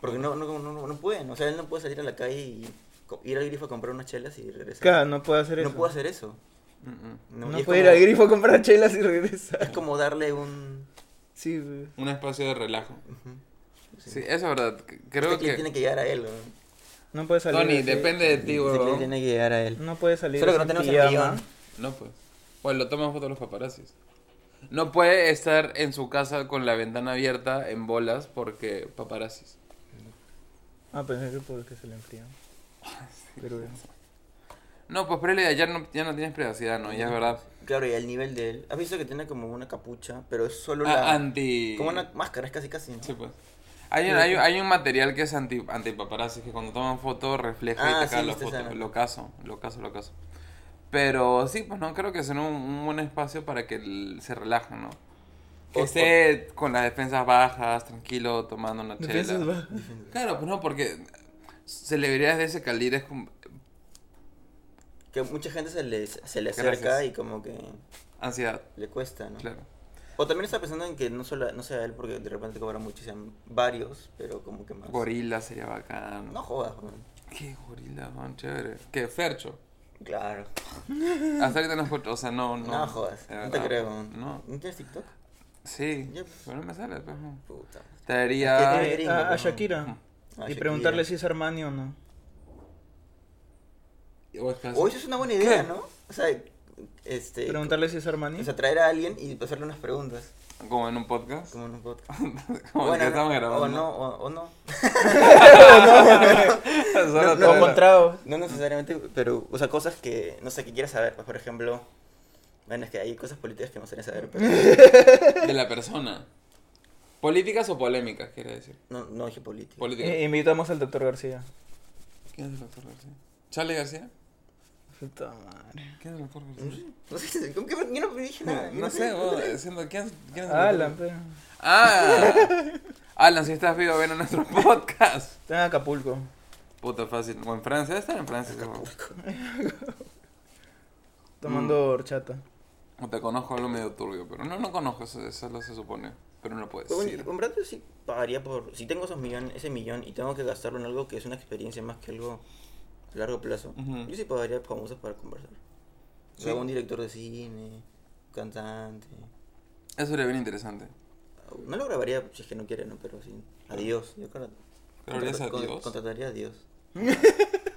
Porque no, no, no, no, no pueden, o sea, él no puede salir a la calle y co- ir al grifo a comprar unas chelas y regresar. Claro, no puede hacer eso. no puede hacer eso. Mm, mm. No, No, Y es puede ir como- al grifo a comprar chelas y regresar. Es como darle un... Sí, pues. Un espacio de relajo. ujú. Sí, eso es verdad. C- Este Creo clip que. tiene que llegar a él, weón. no puede salir. Tony, así. depende de ti, Este clip huevón. tiene que llegar a él. No puede salir. Solo que no así en tenemos el pijama. guión. No, pues. Pues lo toman fotos los paparazzis. No puede estar en su casa con la ventana abierta en bolas porque paparazzis. Ah, pensé que porque se le *laughs* enfrían. Pero ya. No, pues Prele, ya no, ya no tienes privacidad, ¿no? Ya es verdad. Claro, y el nivel de él. ¿Has visto que tiene como una capucha? Pero es solo Ah, la. anti... Como una máscara, es casi casi. ¿no? Sí, pues. Hay un, hay, un- hay un material que es anti, antipaparazzi, que cuando toman fotos refleja Ah, y te sí, cae la viste foto. esa, ¿no? Lo caso, lo caso, lo caso. Pero sí, pues no, creo que sea un, un buen espacio para que el- se relajen, ¿no? Que O- esté con las defensas bajas, tranquilo, tomando una chela. Defensas bajas. Claro, pues no, porque celebridades de ese calibre es como- Que mucha gente se le, se le acerca Gracias. y como que ansiedad, le cuesta, ¿no? claro. O también está pensando en que no, solo, no sea él, porque de repente cobra mucho y sean varios, pero como que más. Gorila sería bacán. No jodas, man. Qué gorila, man, chévere. ¿Qué? Fercho. Claro. Hasta ahorita no escucho, o sea, no, no. No, jodas. Es No te verdad, creo, man. No. ¿No tienes TikTok? Sí, Ya, pues. pero no me sale, pues. no. Puta. madre. Traería. Es que- Eh, a, a Shakira. Ah, y Shakira. preguntarle si es Armani o no. o es casi- O eso es una buena idea, ¿Qué? ¿no? O sea, este. Preguntarle si es Armani. O sea, traer a alguien y hacerle unas preguntas. Como en un podcast. Como en un podcast. *laughs* Como el Bueno, que estamos no, grabando. *laughs* O no, o, o no. *laughs* Solo no, traer- o contrao. No necesariamente, pero, o sea, cosas que, no sé, que quieras saber. Pues, por ejemplo, bueno, es que hay cosas políticas que me gustaría saber, *laughs* pero De la persona. Políticas o polémicas, quiere decir. no, no dije política. Políticas. Eh, invitamos al doctor García. ¿Quién es el doctor García? ¿Charlie García? Puta madre. ¿Quién es el doctor No García? sé, *laughs* no sé, ¿cómo que yo no dije nada? No sé, vos, siendo- ¿quién, quién es el Alan, doctor? pe. Ah, Alan, si estás vivo, ven a nuestro *laughs* podcast. Está en Acapulco. Puta fácil. O en Francia, debe estar en Francia. seguro. Mm. Tomando *laughs* horchata. O te conozco algo medio turbio, pero no, no conozco, eso, eso lo se supone. Pero no lo puedes Bueno, decir. en verdad yo sí pagaría por, si tengo esos millones, ese millón y tengo que gastarlo en algo que es una experiencia más que algo a largo plazo, Ujú. yo sí pagaría famosos para conversar. O sea, Sí. un director de cine, cantante. Eso sería bien interesante. No lo grabaría si es que no quiere, ¿no? Pero sí. Adiós. Yo creo- ¿Grabarías a con- Dios? Contrataría *laughs* a Dios.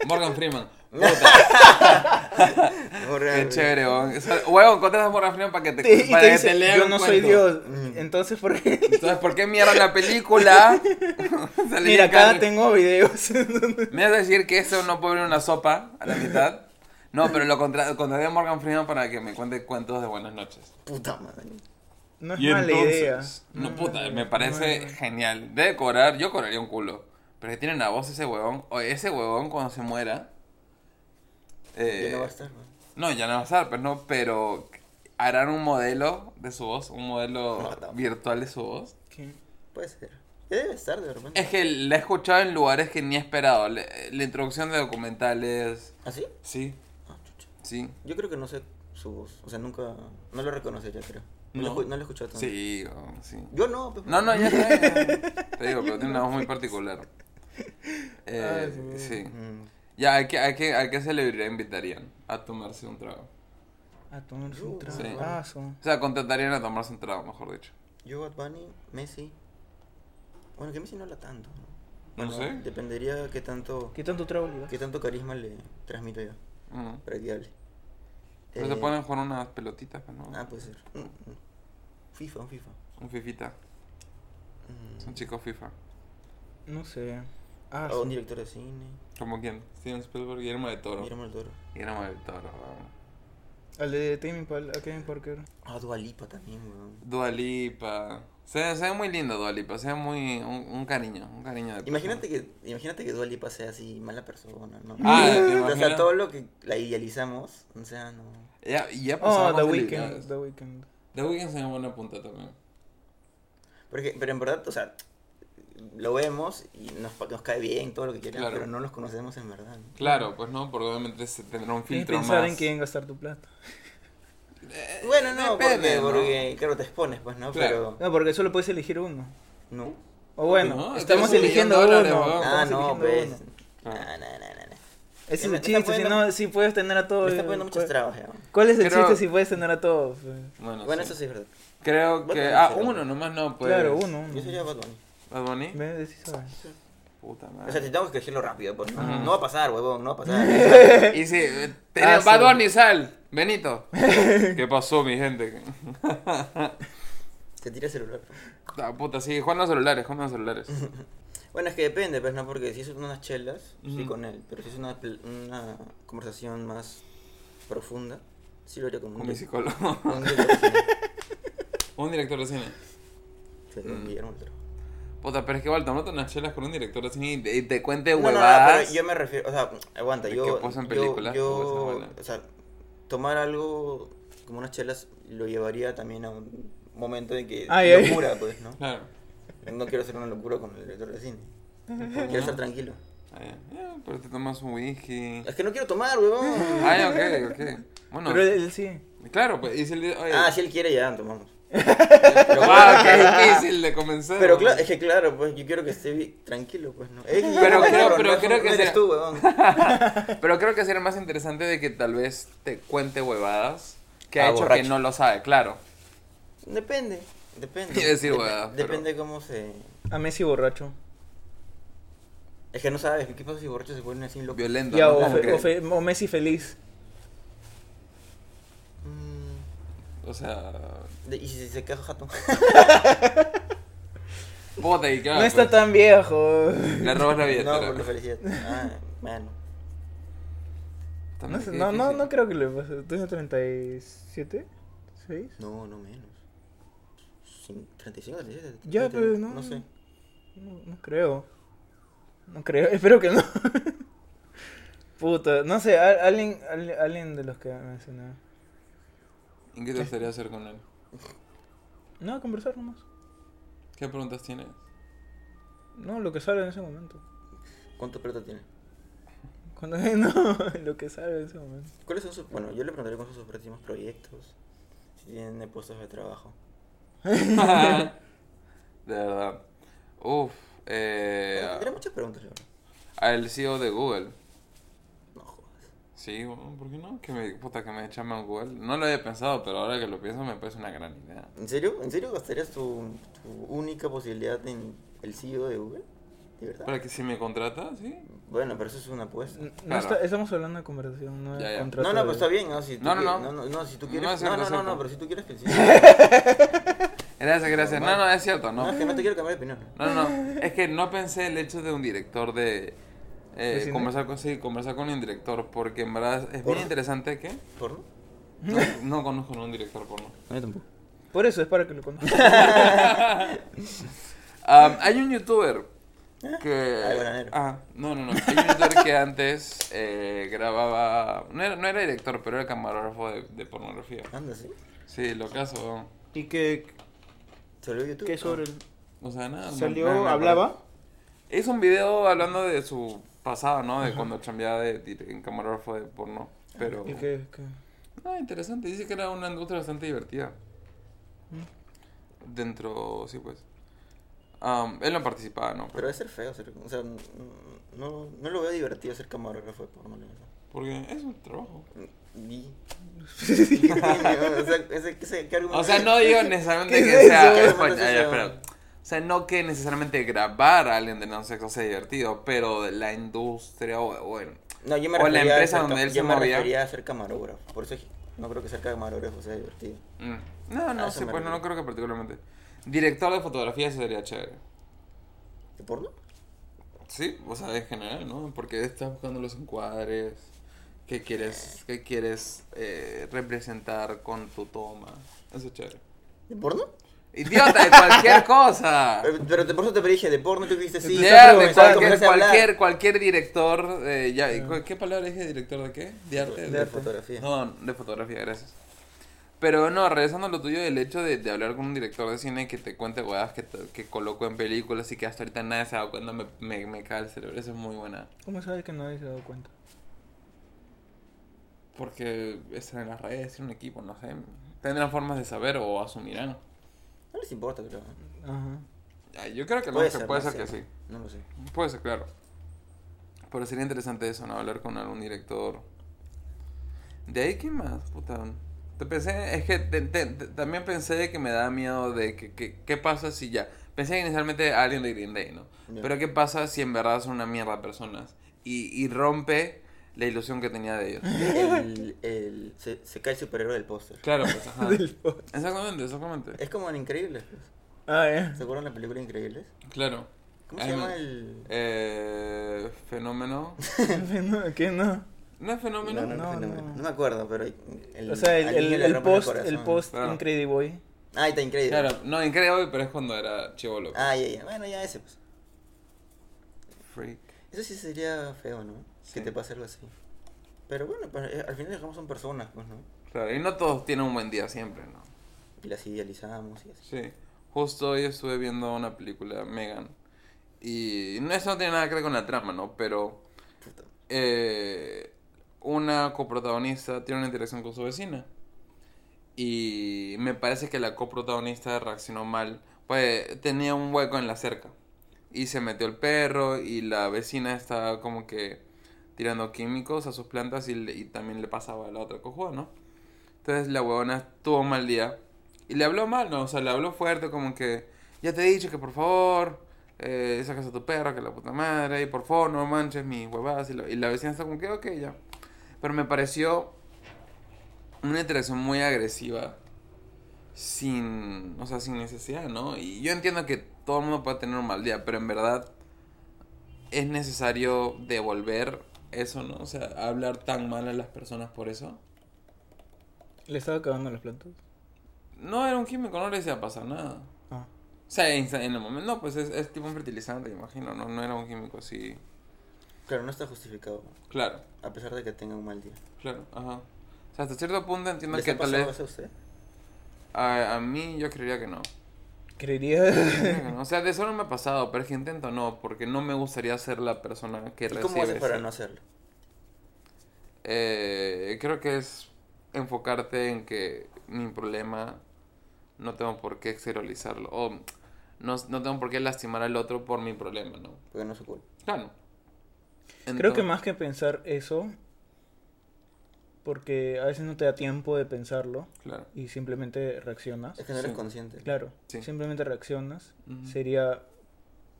Morgan Freeman. Qué Qué chévere, weón. O sea, Weón, contratas a Morgan Freeman para que te, Y para te que dice, te lea yo un no soy cuento". Dios. Mm. Entonces, ¿por qué? Entonces, ¿por qué mierda la película? *laughs* *laughs* Sale Mira, Jim acá Carrey. tengo videos. *laughs* ¿Me vas a decir que eso no puede ver una sopa a la mitad? No, pero lo contra contraté a Morgan Freeman para que me cuente cuentos de buenas noches. Puta madre. No es Y mala idea. entonces, No, es puta, mala me idea, no parece es mala genial. Debe cobrar, yo cobraría un culo. Pero que tiene una voz ese huevón. O ese huevón cuando se muera. eh, Ya no va a estar, man. No, ya no va a estar, pues no, pero harán un modelo de su voz, un modelo No, no. virtual de su voz. idea. Puede ser. Ya debe estar de repente. Es que la he escuchado en lugares que ni he esperado. Le- la introducción de documentales. ¿Ah, sí? Sí, Ah, chucha. sí. Yo creo que no sé su voz. O sea, nunca. No lo reconocería, creo. No, No. Lo, escu- no lo he escuchado tanto. Sí, oh, sí. Yo no, pues, No, no, ya está. ya. Te digo, pero tiene una voz muy particular. Eh, Ay, Dios mío. sí. Mm. Ya, ¿a qué, a, qué, ¿a qué celebridad invitarían a tomarse un trago? A tomarse Uh, un trago. sí. Ah, su- O sea, contratarían a tomarse un trago, mejor dicho. Yo, Bad Bunny, Messi. Bueno, que Messi no habla tanto. ¿no? No Bueno, sé. Dependería qué tanto. ¿Qué tanto trago le das? Qué tanto carisma le transmito yo. Mm. Para que hable. Pero se Eh, pueden jugar unas pelotitas, ¿no? Ah, puede ser. Mm, mm. FIFA, un FIFA. Un fifita. Mm. Son chicos FIFA. No sé. Ah, O un su- director de cine. ¿Como quién? Steven Spielberg, Guillermo del Toro. Guillermo del Toro. Guillermo del Toro, weón. al de Timmy Pal, a Kevin Parker. Ah, Dualipa también, weón. Dua Lipa. Se, se ve muy lindo Dua Lipa, se ve muy... Un, un cariño, un cariño de Imagínate que, imagínate que Dua Lipa sea así, mala persona, ¿no? Ah, ¿te o sea, imaginas? todo lo que la idealizamos, o sea, no. que... Ya, ya Oh, pasaba The con Weeknd. celebridades. The Weeknd. The Weeknd se ve buena punta también. Porque, pero en verdad, o sea, lo vemos y nos, nos cae bien todo lo que quieran, Claro. pero no los conocemos en verdad. ¿no? Claro, pues no, porque obviamente se tendrá un Tienes que filtro más. pensar en quién gastar tu plata. Bueno, Eh, no, depende, ¿no? porque, porque, claro, te expones, pues, ¿no? Claro. Pero, No, porque solo puedes elegir uno. no. O bueno, no? Tienes estamos un eligiendo millón de uno. dólares, weón. Ah, estamos no, eligiendo pues. uno. No, no, Claro. no, no. Ese es Me el está chiste, si poniendo- no, si puedes tener a Me todos. está poniendo muchas ¿Cuál- trabas, ya. ¿Cuál es el Creo- chiste si puedes tener a todos? pues? Bueno, Bueno, sí. eso sí es verdad. Creo Bueno, que... no Ah, sé, uno no. nomás no, pues. Mm. Claro, uno, uno. Yo sería Bad Bunny. Bad Bunny. Ve, decí, sabes. *laughs* Puta O sea, te madre. tengo que decirlo rápido, pues. No va a pasar, huevón, no va a pasar. *laughs* Y sí, eh, Ah, tenía sí. Bad Bunny, sal, *laughs* Benito. ¿Qué pasó, mi gente? *laughs* Te tira el celular. La Ah, puta, sí, Juan los celulares, Juan los celulares. Bueno, es que depende, pues, ¿no? Porque si es unas chelas, sí Ujú. con él. Pero si es una, pel- una conversación más profunda, sí lo haría con un Con mi di- psicólogo. *laughs* *laughs* con un director de cine. Un director de cine. Sí, Mm. con Guillermo del Toro. Puta, pero es que Walter, no te unas chelas con un director de cine y te, y te cuente No, no, no, huevadas. pero yo me refiero, o sea, aguanta, ¿De yo, qué posan yo- películas? pues, yo, ¿Cómo se llama? o sea, tomar algo como unas chelas lo llevaría también a un momento de que Ay, ay. locura, pues, ¿no? Claro. No quiero hacer una locura con el director de cine. Quiero estar tranquilo. Ah, ya. Ya, pero te tomas un *laughs* whisky. Es que no quiero *laughs* tomar, huevón. Ah, ya, ok, ok. Bueno, Pero eh, él, él sí. claro, pues. Y si le- oye, Ah, si él quiere ya Ah, tomamos. *laughs* Pero, wow, qué *laughs* difícil de comenzar. Pero claro, es que claro, pues yo quiero que esté bi- tranquilo, pues no. Es Guillermo Pero del creo- Toro, pero no es- creo no que eres sea- tú, huevón. Pero creo que sería más interesante de que tal vez te cuente huevadas que ha Ah, hecho borracho. que no lo sabe, claro. Depende, depende. *laughs* Iba a decir Dep- huevadas, pero- Depende cómo se A Messi borracho. Es que no sabes, ¿qué pasa si borrachos se ponen así locos? Violento. Ya, ¿no? o, Como fe- que- o fe- o Messi feliz. Mm, O sea. de- y si se queja *laughs* jato. Puta, y claro. no está pues, tan viejo. Le robas la vida. *laughs* no, por la felicidad. Ah, bueno. *laughs* No, sé, no, no, no creo que le pase. ¿Tú tienes 37? ¿6? No, no menos. Cin- 35, 37. Ya, 30, pero no. No sé. No, no creo. No creo, *laughs* espero que no. Puta, no sé, al- alguien, al- alguien de los que mencionaba. ¿Y qué te gustaría hacer con él? No, conversar nomás. ¿Qué preguntas *laughs* tienes? *laughs* No, lo que sale en ese momento. ¿Cuánto plata tiene? Cuando, *laughs* no, lo que sale en ese momento. ¿Cuáles son sus.? Bueno, yo le preguntaré cuáles son sus próximos proyectos. Si tiene puestos de trabajo. de verdad. Uf. Eh, Bueno, Tendré muchas preguntas, la verdad. al CEO de Google. No jodas. Sí, bueno, ¿por qué no? Que me, puta, que me echame a Google. No lo había pensado, pero ahora que lo pienso me parece una gran idea. ¿En serio? ¿En serio gastarías tu, tu única posibilidad en el CEO de Google? ¿De verdad? Para que si me contrata, sí. Bueno, pero eso es una apuesta. No Claro. está- estamos hablando de conversación, no pues, de Ya, ya. contrato. No, no, de- pero está bien, ¿no? Si tú No, no, quieres- no. no, si tú No quieres. es No, cierto, no, es no, cierto. no, pero si tú quieres que el E *laughs* CEO. Gracias, gracias. No, no, es cierto, No, *laughs* no. es que no te quiero cambiar de opinión. No, no, no. Es que no pensé el hecho de un director de. eh, ¿De cine? conversar con sí, conversar con un director, porque en verdad es ¿Porno? bien interesante *laughs* que ¿Porno? no, no conozco a un director porno. No, yo tampoco. Por eso es para que lo conozcan. Ah. Am, hay un youtuber que. Ah, el bananero. Ah, no, no, no. Hay un youtuber que antes eh, grababa. No era, no era director, pero era camarógrafo de, de pornografía. Anda, sí. Sí, lo caso. *laughs* ¿Y qué, Salió YouTube. qué ¿no? sobre el... O sea, nada. Ah, no- no- ¿Salió, no- hablaba? Hizo un video hablando de su pasado, ¿no? De cuando chambeaba de, de- en camarógrafo de porno. Pero. ¿Y qué, qué? Ah, interesante. Dice que era una industria bastante divertida. Dentro, sí, pues. Am, él no participaba, ¿no? Pero debe ser feo. Ser, o sea, n- no, no lo veo divertido ser camarógrafo de porno, la verdad. Porque es un trabajo. Y. *laughs* o *laughs* sea, ese, ese, ¿qué argumento? O sea, no digo necesariamente ¿Qué que es sea. eso? Espa- ah, ya, Eso. espera. O sea, no que necesariamente grabar a alguien de no sexo sea divertido, pero de la industria o bueno. No, yo me o la refería a empresa ser donde cam- él yo se me movía. refería a ser camarógrafo. Por eso es- no creo que ser camarógrafo sea divertido. mm. No, no, eso sí, me pues no, refiero. no creo que particularmente. Director de fotografía eso sería chévere. ¿De porno? Sí, o sea, en general, ¿no? Porque estás buscando los encuadres, qué quieres, qué quieres eh, representar con tu toma. Eso es chévere. ¿De porno? ¡Idiota! ¡De *laughs* cualquier cosa! Pero, pero te- por eso te dije de porno, tú dijiste sí. Ah. Ya, de comenzaste- cualquier, comenzaste a hablar. cualquier, cualquier director, eh, ya, ¿cu- ¿qué palabra dije? ¿Director de qué? ¿De arte? De fotografía. No, de fotografía, gracias. Pero no, regresando a lo tuyo, el hecho de, de hablar con un director de cine que te cuente huevadas que, te- que colocó en películas y que hasta ahorita nadie se ha dado cuenta, me, me, me cae el cerebro, eso es muy buena. ¿Cómo sabes que nadie se ha dado cuenta? Porque están en las redes, tienen un equipo, no sé. Tendrán formas de saber o asumirán. No les importa, creo. Ajá. Ah, Yo creo que no, que puede no ser que sé. sí. No lo sé. Puede ser, claro. Pero sería interesante eso, ¿no? Hablar con algún director. De ahí, ¿quién más? Puta. Te pensé, es que te- te- te- también pensé que me da miedo de que, que- qué pasa si ya. pensé inicialmente a alguien de Green Day, ¿no? Ya. Pero ¿qué pasa si en verdad son una mierda de personas? Y, y rompe la ilusión que tenía de ellos. El, el- se, se cae el superhéroe del póster. Claro, pues, ajá. *laughs* Del po- Exactamente, exactamente. Es como en Increíbles. pues. Ah, *laughs* ya. *laughs* ¿Se acuerdan de la película Increíbles? Claro. ¿Cómo se Ay, llama me- el...? Eh, fenómeno. No, ¿Qué no? ¿No es *laughs* fenómeno? No, no, no, No, fenómeno. no. No me acuerdo, pero el, O sea, el, al niño el, le el rompen post, el corazón. post Claro. Incrediboy. Ah, está increíble. Claro, no, increíble, pero es cuando era chivolo. Ah, ya, ya. Bueno, ya ese, pues. Freak. Eso sí sería feo, ¿no? Sí. Que te pase algo así. Pero bueno, pues, eh, al final dejamos son personas, pues, ¿no? Claro, y no todos tienen un buen día siempre, ¿no? Y las idealizamos y así. Sí. Justo hoy estuve viendo una película, Megan. Y no, eso no tiene nada que ver con la trama, ¿no? Pero Puta. eh, una coprotagonista tiene una interacción con su vecina. Y me parece que la coprotagonista reaccionó mal. Pues tenía un hueco en la cerca. Y se metió el perro y la vecina estaba como que tirando químicos a sus plantas y, le- y también le pasaba a la otra cojuda, ¿no? Entonces la huevona tuvo un mal día. Y le habló mal, ¿no? O sea, le habló fuerte como que... Ya te he dicho que por favor... Eh, sacas a tu perro, que la puta madre. Y por favor no manches mis huevadas. Y, lo- y la vecina está como que... Ok, ya. Pero me pareció... Una interacción muy agresiva. Sin... O sea, sin necesidad, ¿no? Y yo entiendo que todo el mundo puede tener un mal día. Pero en verdad... Es necesario devolver eso, ¿no? O sea, hablar tan mal a las personas por eso. ¿Le estaba acabando las plantas? No, era un químico, no le decía pasar nada. Ah. O sea, en, en el momento, no, pues es, es tipo un fertilizante, imagino, no, no era un químico así. Claro, no está justificado, Claro, a pesar de que tenga un mal día. claro, ajá. O sea, hasta cierto punto entiendo ¿Les que ha tal pasado vez. eso a usted? A, a mí yo creería que no. Creería. *laughs* Creería que no. O sea, de eso no me ha pasado, pero es que intento no, porque no me gustaría ser la persona que ¿Y cómo haces recibe. para ese- no hacerlo? Eh, creo que es enfocarte en que mi problema no tengo por qué exteriorizarlo. O no, no tengo por qué lastimar al otro por mi problema, ¿no? Porque no es su culpa. Claro. Creo que Entonces- más que pensar eso, porque a veces no te da tiempo de pensarlo Claro. y simplemente reaccionas. Es que no eres Sí. consciente. Claro, Sí. simplemente reaccionas. Ujú. Sería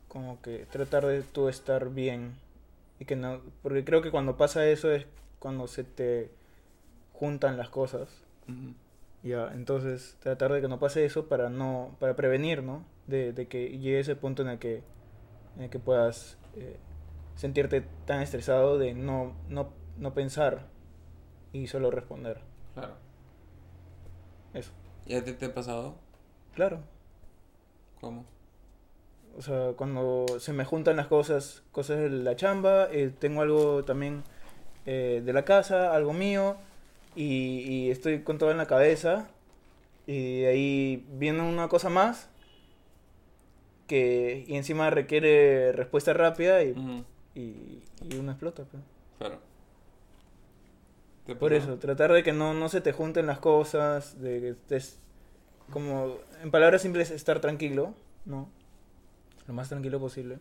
como que tratar de tú estar bien y que no, porque creo que cuando pasa eso es cuando se te juntan las cosas. Ujú. Ya, entonces tratar de que no pase eso para no, para prevenir, ¿no? De, de que llegue ese punto en el que, en el que puedas eh, sentirte tan estresado de no, no, no pensar y solo responder. Claro. Eso, ¿Y a ti te ha pasado? claro. ¿Cómo? O sea, cuando se me juntan las cosas, cosas de la chamba, eh, tengo algo también eh, de la casa, algo mío, y, y estoy con todo en la cabeza, y de ahí viene una cosa más, que y encima requiere respuesta rápida y, Ujú, y, y uno explota. pe. Claro. ¿Te ha Por pasado? eso, tratar de que no, no se te junten las cosas, de que estés como, en palabras simples, estar tranquilo, ¿no? Lo más tranquilo posible.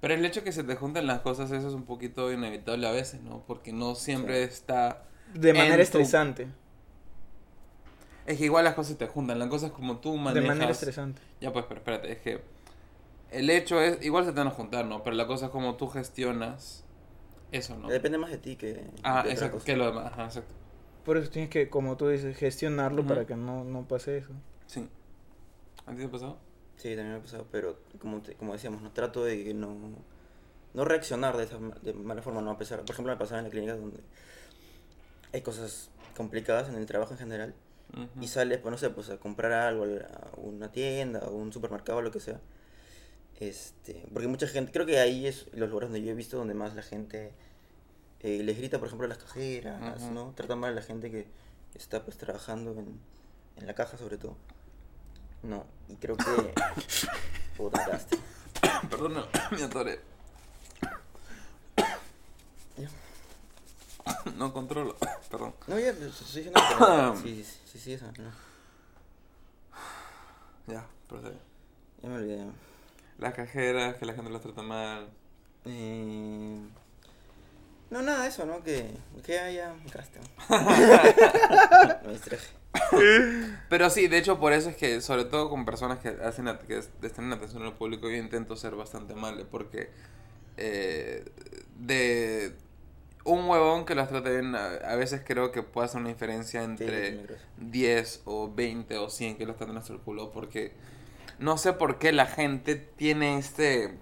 Pero el hecho que se te junten las cosas, eso es un poquito inevitable a veces, ¿no? Porque no siempre está... De en manera tu- estresante. Es que igual las cosas te juntan, las cosas como tú manejas... De manera estresante. Ya pues, pero espérate, es que... El hecho es... Igual se te van a juntar, ¿no? Pero la cosa es como tú gestionas eso, ¿no? Depende más de ti que Ah, de otra exacto, cosa. que lo demás, ajá, exacto. Por eso tienes que, como tú dices, gestionarlo Ujú. para que no, no pase eso. Sí. ¿A ti te ha pasado? Sí, también me ha pasado, pero como, te- como decíamos, no trato de que no, no reaccionar de esa ma- de mala forma, no a pesar. Por ejemplo, me pasaba en la clínica donde hay cosas complicadas en el trabajo en general Ujú. y sales, pues no sé, pues a comprar algo, a una tienda, o un supermercado, lo que sea. Este, porque mucha gente, creo que ahí es los lugares donde yo he visto donde más la gente eh, les grita, por ejemplo, a las cajeras, Ujú. ¿no? Tratan mal a la gente que está pues trabajando en, en la caja sobre todo. No, y creo que... *laughs* Puta, gaste. *coughs* Perdón, me *coughs* atoré. No controlo, *coughs* perdón. No, ya, pues, estoy diciendo *coughs* que- Sí, sí, sí, sí, eso, no. Ya, procede. Ya me olvidé. Las cajeras, que la gente las trata mal. Eh, *laughs* No, nada, eso, ¿no? Que, que haya... Gaste. me distraje. Pero sí, de hecho, por eso es que, sobre todo con personas que hacen at- que es- están en atención al público, yo intento ser bastante amable porque eh, de un huevón que las trate bien, a, a veces creo que puede hacer una diferencia Sí, entre es grosso. 10 o 20 o 100 que los traten hasta el culo porque no sé por qué la gente tiene este...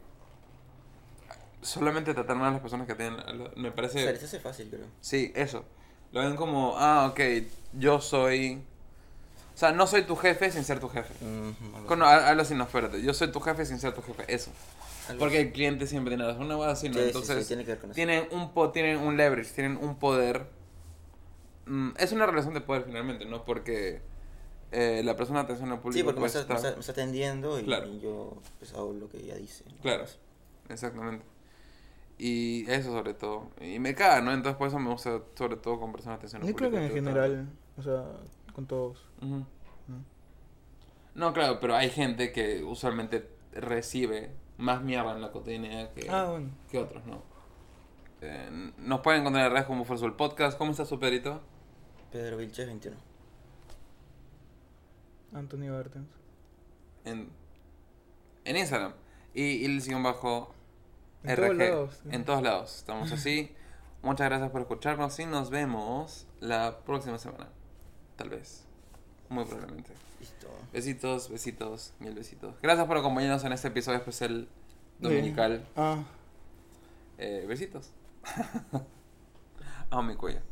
Solamente tratar mal a las personas que tienen... Me O sea, parece... les hace fácil, creo. Sí, eso. Lo ven como, ah, ok, yo soy... O sea, no soy tu jefe sin ser tu jefe. ah, Mm, algo Bueno, ha- hazlo sin oferta. Yo soy tu jefe sin ser tu jefe. Eso. así, algo Porque así. el cliente siempre tiene razón. Una hueá así, ¿no? Sí, sí, sí, Entonces, tiene que ver con eso. tienen, un po tienen un leverage, tienen un poder. Mm, es una relación de poder finalmente, ¿no? Porque eh, la persona de atención al público... Sí, porque me pues, está, me está- está- me está atendiendo y, Claro. y yo pues, hago lo que ella dice. ¿no? Claro. Exactamente. Y eso sobre todo. Y me caga, ¿no? Entonces por eso me gusta sobre todo con personas de atención al Yo creo público. que en tratar- general, o sea, con todos. Ujú. Mm. No, claro, pero hay gente que usualmente recibe más mierda en la cotidianidad que, Ah, bueno. que otros, ¿no? Eh, nos pueden encontrar en redes como Fuerza el Podcast. ¿Cómo estás, Superito? Pedro Vilches 21. Antonio Bertens. En, en Instagram. Y, y el sillón bajo En RG. todos lados, sí. En todos lados. Estamos *laughs* así. Muchas gracias por escucharnos y nos vemos la próxima semana. Tal vez. Muy probablemente. Listo. Besitos, besitos, mil besitos. Gracias por acompañarnos en este episodio especial dominical. Ah. *laughs* Eh, besitos. A mi cuello.